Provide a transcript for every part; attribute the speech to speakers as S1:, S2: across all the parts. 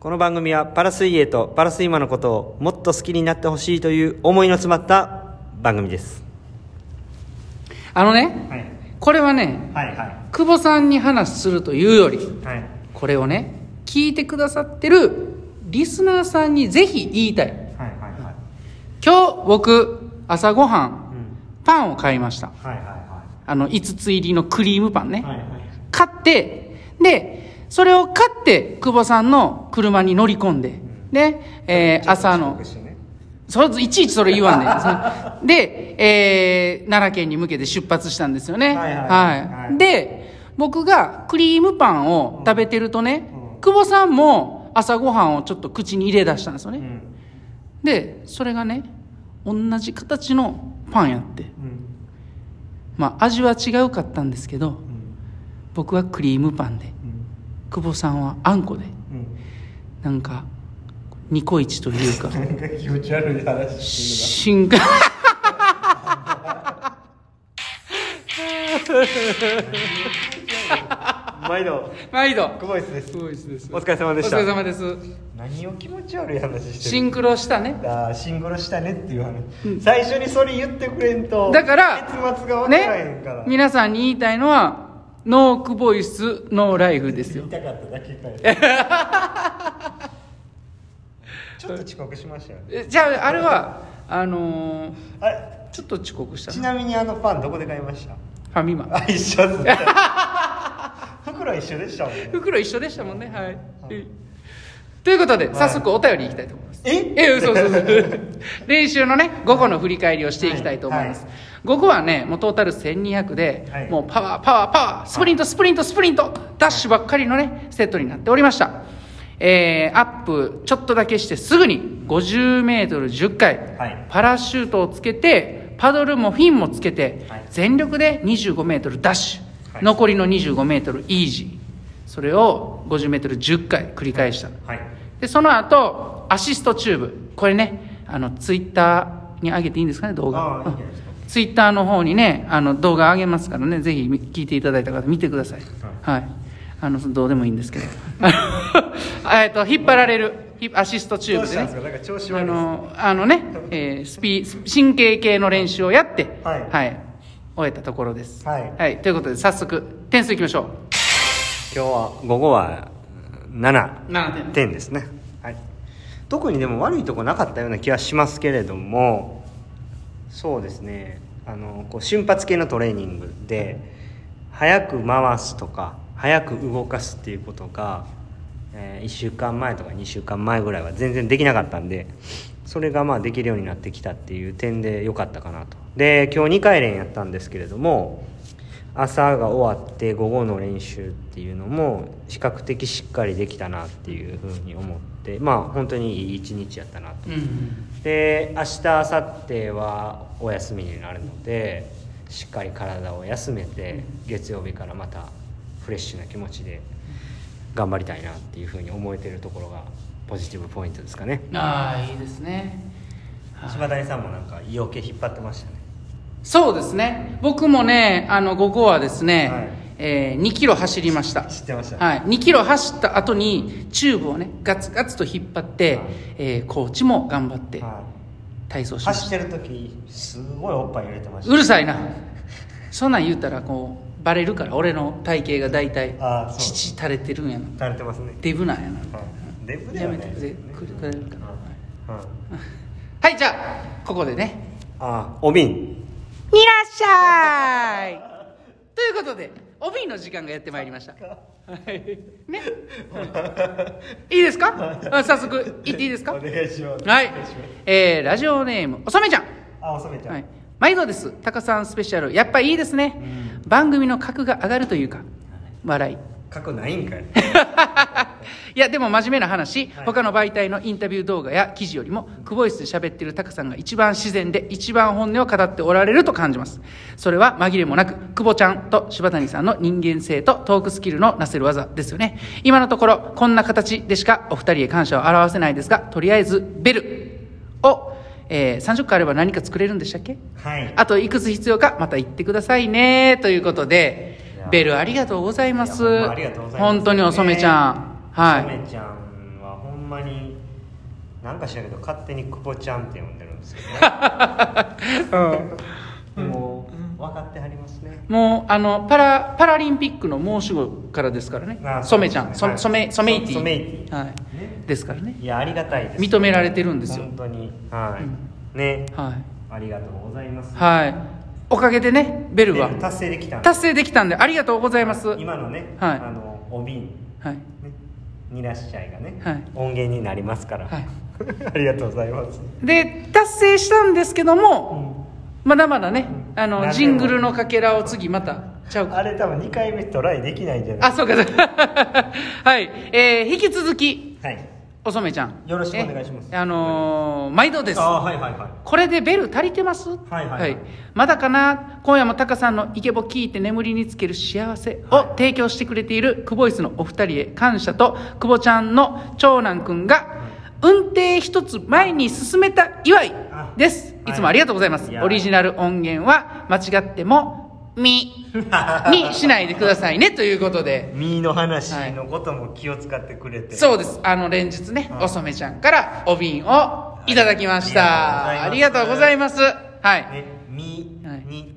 S1: この番組はパラ水泳とパラスイマのことをもっと好きになってほしいという思いの詰まった番組です
S2: あのね
S3: はい
S2: これはね
S3: はいは
S2: 久保さんに話するというより
S3: いはい
S2: これをね聞いてくださってるリスナーさんにぜひ言いたい
S3: はいはいはい
S2: 今日僕朝ごはん
S3: うん
S2: パンを買いました
S3: はいはい
S2: あの5つ入りのクリームパンね、
S3: はいはいはい
S2: 買ってでそれを買って久保さんの車に乗り込んで、で、えー朝の
S3: 一緒ね
S2: それいちいちそれ言わんねんその で、えー奈良県に向けて出発したんですよね
S3: はいはいはい
S2: で僕がクリームパンを食べてるとね、
S3: うん
S2: 久保さんも朝ごはんをちょっと口に入れ出したんですよ
S3: う
S2: ね、
S3: ん
S2: でそれがね同じ形のパンやって
S3: うん
S2: まあ味は違うかったんですけど
S3: うん
S2: 僕はクリームパンで
S3: うん
S2: 久保さんはあんこでなんかニコイチという か
S3: なんか気持ち悪い話して
S2: 進化
S3: 毎度
S2: 毎度
S3: 久保井です
S2: ごいです
S1: お疲れ様
S2: お
S1: でした
S2: 疲れ様です
S3: 何を気持ち悪い話してる
S2: シンクロしたね
S3: あーシンゴロしたねっていう話、最初にそれ言ってくれんと
S2: だから
S3: 結末が分からへん
S2: ね
S3: から、
S2: 皆さんに言いたいのはノークボイスノーライフですよ
S3: 言いたかっただけかよ ちょっと遅刻しましたよね
S2: えじゃああれはあのー
S3: あれ
S2: ちょっと遅刻した
S3: ち
S2: な
S3: なみにあのパンどこで買いました
S2: ファミマ
S3: あ一緒です ね袋一緒でしたもんね
S2: 袋一緒でしたもんねはい、えいということで早速お便りいきたいと思います、
S3: え
S2: え嘘嘘嘘 練習のね午後の振り返りをしていきたいと思います、
S3: はい
S2: 午後はねもうトータル1200で、
S3: はい
S2: もうパワーパワーパワースプリントスプリントスプリントダッシュばっかりのねセットになっておりましたえー、アップちょっとだけしてすぐに 50m10 回、
S3: はい
S2: パラシュートをつけてパドルもフィンもつけて、
S3: はい
S2: 全力で 25m ダッシュ、
S3: はい
S2: 残りの 25m イージーそれを 50m10 回繰り返した、
S3: はい
S2: でその後アシストチューブこれねあのツイッターに上げていいんですかね動画
S3: ああいいんじゃないですか
S2: ツイッターの方にねあの動画上げますからねぜひ見聞いていただいた方見てください、はいあのどうでもいいんですけど えっと引っ張られるひアシストチュー
S3: どう
S2: ブ
S3: し
S2: で
S3: たん
S2: ね
S3: ですかなんか調子
S2: あ
S3: 悪いです
S2: のあのね、えースピ神経系の練習をやって、
S3: はい
S2: 終えたところです、
S3: はい
S2: ということで早速点数いきましょ
S1: 今日は午後は7
S2: う7
S1: 点ですねはい特にでも悪いとこなかったような気はしますけれどもそうですねあのこう瞬発系のトレーニングで早く回すとか早く動かすっていうことが、え1週間前とか2週間前ぐらいは全然できなかったんでそれがまあできるようになってきたっていう点で良かったかなとで今日2回練やったんですけれども朝が終わって午後の練習っていうのも比較的しっかりできたなっていうふうに思ってまあ本当にいい一日やったなと
S2: うん
S1: で明日明後日はお休みになるのでしっかり体を休めて月曜日からまたフレッシュな気持ちで頑張りたいなっていうふうに思えてるところがポジティブポイントですかね
S2: ああいいですねはい
S3: 島谷さんもなんか意を気引っ張ってましたね
S2: そうですね僕もねあの午後はですね、
S3: はい
S2: え2キロ走りました
S3: 知ってました
S2: はい、2キロ走った後にチューブをねガツガツと引っ張って、
S3: はい
S2: えーコーチも頑張って
S3: はい
S2: 体操しました
S3: 走ってる時すごいおっぱい入れてました
S2: うるさいなそんなん言うたらこうバレるから俺の体型が大体
S3: あーそう
S2: 乳垂れてるんやな
S3: 垂れてますね
S2: デブなんやな
S3: はいデブで
S2: や
S3: はな
S2: め
S3: い
S2: て
S3: です
S2: ぜ
S3: ね
S2: くれくれるかな
S3: はい
S2: はいじゃあここでね
S1: ああお瓶
S2: いらっしゃいということでお瓶の時間がやってまいりましたはいねいいですかあ早速行っていい ですか
S3: お願いします
S2: はい
S3: お願します、
S2: えー、ラジオネームおさめちゃん
S3: あおさめちゃん、
S2: はい、毎度ですタカさんスペシャルやっぱいいですね、番組の格が上がるというか笑い
S3: 過去ないんかい
S2: いやでも真面目な話、
S3: はい
S2: 他の媒体のインタビュー動画や記事よりもクボイスで喋ってるタカさんが一番自然で一番本音を語っておられると感じますそれは紛れもなく久保ちゃんと柴谷さんの人間性とトークスキルのなせる技ですよね今のところこんな形でしかお二人へ感謝を表せないですがとりあえずベルを、えー30個あれば何か作れるんでしたっけ
S3: はい
S2: あといくつ必要かまた言ってくださいねということで
S3: いや
S2: ベルありがとうございます
S3: いやほんまありがとうございます
S2: 本当にお染ちゃん、
S3: ね
S2: は
S3: お
S2: い
S3: 染ちゃんは本んまになんか知らんけど勝手に久保ちゃんって呼んでるんですよね もう分かってはりますね
S2: もうあのパラパラリンピックの申し子からですからね
S3: まあ
S2: 染めちゃん、
S3: そ
S2: そ
S3: うです
S2: ソ
S3: ねは
S2: メ
S3: い
S2: ソメイティ
S3: ソメイティ
S2: はいですからね
S3: いやありがたいです
S2: 認められてるんですよ
S3: 本当にはい、ね
S2: はい、
S3: ありがとうございます
S2: はい、おかげでねベルは
S3: ね達成できたんで
S2: 達成できたんでありがとうございますはい
S3: 今のね、
S2: はい
S3: あのお瓶
S2: はい
S3: ねにらしちゃいがね、
S2: はい
S3: 音源になりますから、 ありがとうございます
S2: で達成したんですけども、まだまだねあ
S3: なる
S2: の
S3: ほど
S2: ジングルのかけらを次またちゃうか
S3: あれ多分2回目トライできないんじゃない
S2: あそうかそうか はい、えー引き続き
S3: はい
S2: お染ちゃん
S3: よろしくお願いします
S2: えあのー毎度です
S3: ああはいはいはい
S2: これでベル足りてます
S3: はいはいはい
S2: まだかな今夜もタカさんのイケボ聞いて眠りにつける幸せを提供してくれているクボイスのお二人へ感謝とクボちゃんの長男くんが運転一つ前に進めた祝いです
S3: あ
S2: いつもありがとうございます
S3: いや
S2: オリジナル音源は間違っても「み」 にしないでくださいねということで
S3: ミーの話のことも気を使ってくれて、
S2: そううですあの連日ね、お染ちゃんからお瓶をいただきました、あ
S3: あ
S2: り
S3: り
S2: が
S3: が
S2: と
S3: と
S2: うご
S3: うご
S2: ざ
S3: ざ
S2: い
S3: い
S2: ますはい、
S3: ねミ
S2: はい
S3: ーに、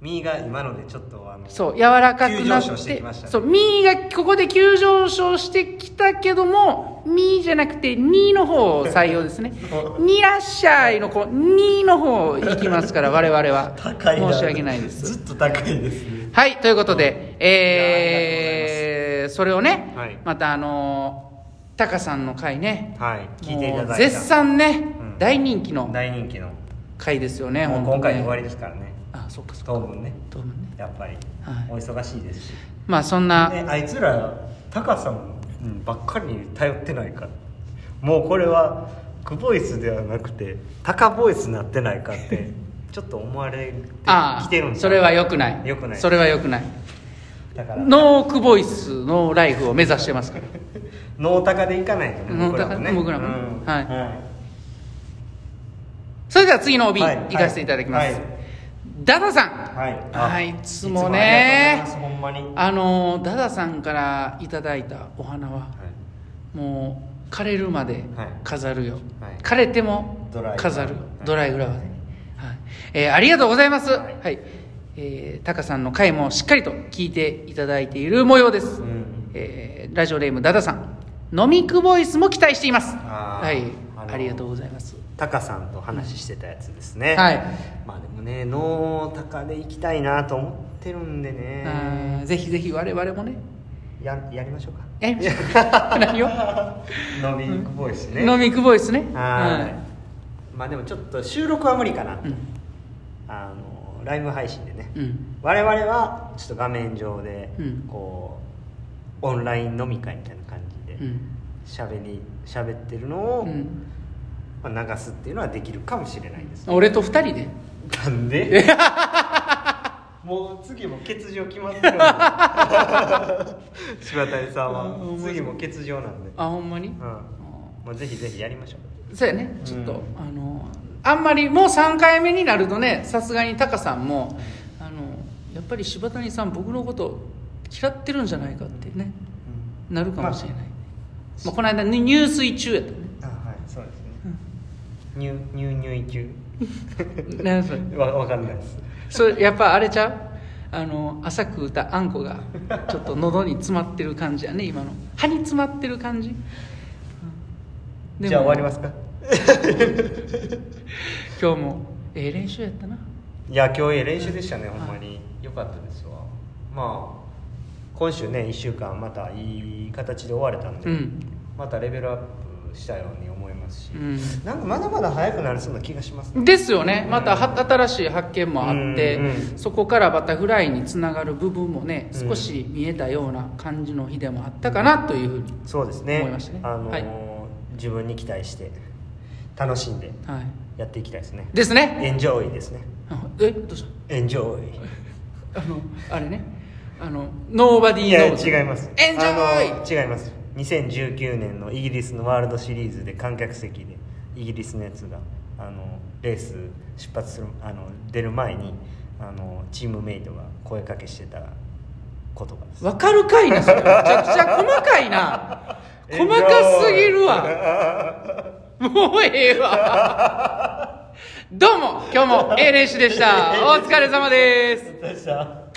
S3: ミーが今のでちょっとあの
S2: そう柔らかくなっ
S3: 急上昇して
S2: て
S3: きましたね
S2: そう「み」がここで急上昇してきたけども「み」じゃなくて「に」の方を採用です ね「にらっしゃい」のこう「に」の方いきますから我々は
S3: 高いな
S2: 申し訳ないです
S3: ずっと高いですね
S2: はいということで、えー、それをね、
S3: はい
S2: またあのータカさんの回ね
S3: はい聞いてい
S2: も
S3: ただ
S2: う
S3: いた
S2: 絶賛ね、
S3: うん
S2: 大人気の
S3: 大人気のも
S2: 回ですよね
S3: う
S2: 本当
S3: 今回で
S2: ね
S3: 終わりですからね
S2: あそっかそっか
S3: 当分ね
S2: 当分ね
S3: やっぱり、
S2: はい
S3: お忙しいですし、ね、
S2: まあそんな、
S3: あいつら高さんうんばっかりに頼ってないからもうこれはクボイスではなくてタカボイスになってないかって ちょっと思われて
S2: あ
S3: きてるん
S2: あ
S3: だ
S2: それは良くない
S3: 良くない
S2: それは良くない
S3: だから
S2: ノークボイスノーライフを目指してます から
S3: ノータカでいかないとね
S2: ノータカ僕らもね
S3: うん
S2: はい
S3: は
S2: それでは次の OB
S3: はい
S2: 行かせていただきます、
S3: はい
S2: ダダさん
S3: はい
S2: あ
S3: あ
S2: いつもね
S3: いつもありがとうございますほんまに
S2: あのダダさんからいただいたお花はもう枯れるまで
S3: はい
S2: 飾るよ、
S3: はい
S2: 枯れても
S3: ドライ
S2: 飾る
S3: はい
S2: ドライフラワーでね、はいえーありがとうございます、は
S3: はいい
S2: えータカさんの回もしっかりと聞いていただいている模様です、
S3: うん
S2: えーラジオネームダダさん飲みくボイスも期待しています
S3: あー
S2: はい
S3: あの
S2: ありがとうございます
S3: タカさんと話してたやつですね、
S2: はい
S3: まあでもねノータカで行きたいなと思ってるんでね
S2: あーぜひぜひ我々もね
S3: ややりましょうか
S2: やりましょう 何を
S3: 飲み行くボイスね
S2: 飲みくボイスね
S3: はいまあでもちょっと収録は無理かな、
S2: いうん
S3: あのライブ配信でね、
S2: うん
S3: 我々はちょっと画面上で、
S2: うん
S3: こうオンライン飲み会みたいな感じ
S2: う
S3: で
S2: ん
S3: 喋り喋ってるのを、
S2: うん
S3: まあ、流すっていうのはできるかもしれないです
S2: 俺と二人で
S3: なん でもう次も欠場決まってるんで 柴谷
S2: う
S3: さん
S2: ん
S3: は次も欠場なんで、
S2: あほんまに、
S3: うん、もうぜひぜひやりましょう
S2: そうやねちょっと、
S3: うん
S2: あのあんまりもう3回目になるとねさすがにタカさんもあのやっぱり柴谷さん僕のこと嫌ってるんじゃないかってねなるかもしれない、まあこの間に入水中やった
S3: あはいそうですね、ニュニュニュイ級
S2: ね何それ
S3: わわかんないです
S2: それやっぱあれちゃうあの浅く歌うあんこがちょっと喉に詰まってる感じやね今の歯に詰まってる感じうんでも
S3: じゃあ終わりますか
S2: 今日もええ練習やったない
S3: や今日ええ練習でしたね、ほんまに良かったですわまあ今週ね1週間またいい形で終われたんで、
S2: うん
S3: またレベルアップしたように思いますし、
S2: うん
S3: なんかまだまだ早くなりそうな気がしますね
S2: ですよねまたは新しい発見もあって、
S3: うんうん
S2: そこからバタフライにつながる部分もね少し見えたような感じの日でもあったかなというふうに、
S3: そうですね
S2: 思いましたね
S3: あのー
S2: はい
S3: 自分に期待して楽しんで
S2: はい、
S3: やっていきたいですね
S2: ですね
S3: エンジョイですね
S2: あえどうし
S3: エンジョイ
S2: たあのあれねあのノーバディ
S3: い
S2: ー
S3: や
S2: ノー
S3: 違います
S2: エンジョイ
S3: あの違います2019年のイギリスのワールドシリーズで観客席でイギリスのやつがあのレース出発するあの出る前にあのチームメイトが声かけしてた言葉です
S2: わかるかいなそれめちゃくちゃ細かいな細かすぎるわもうええわ どうも今日も A 練習でしたお疲れ様です
S1: どうした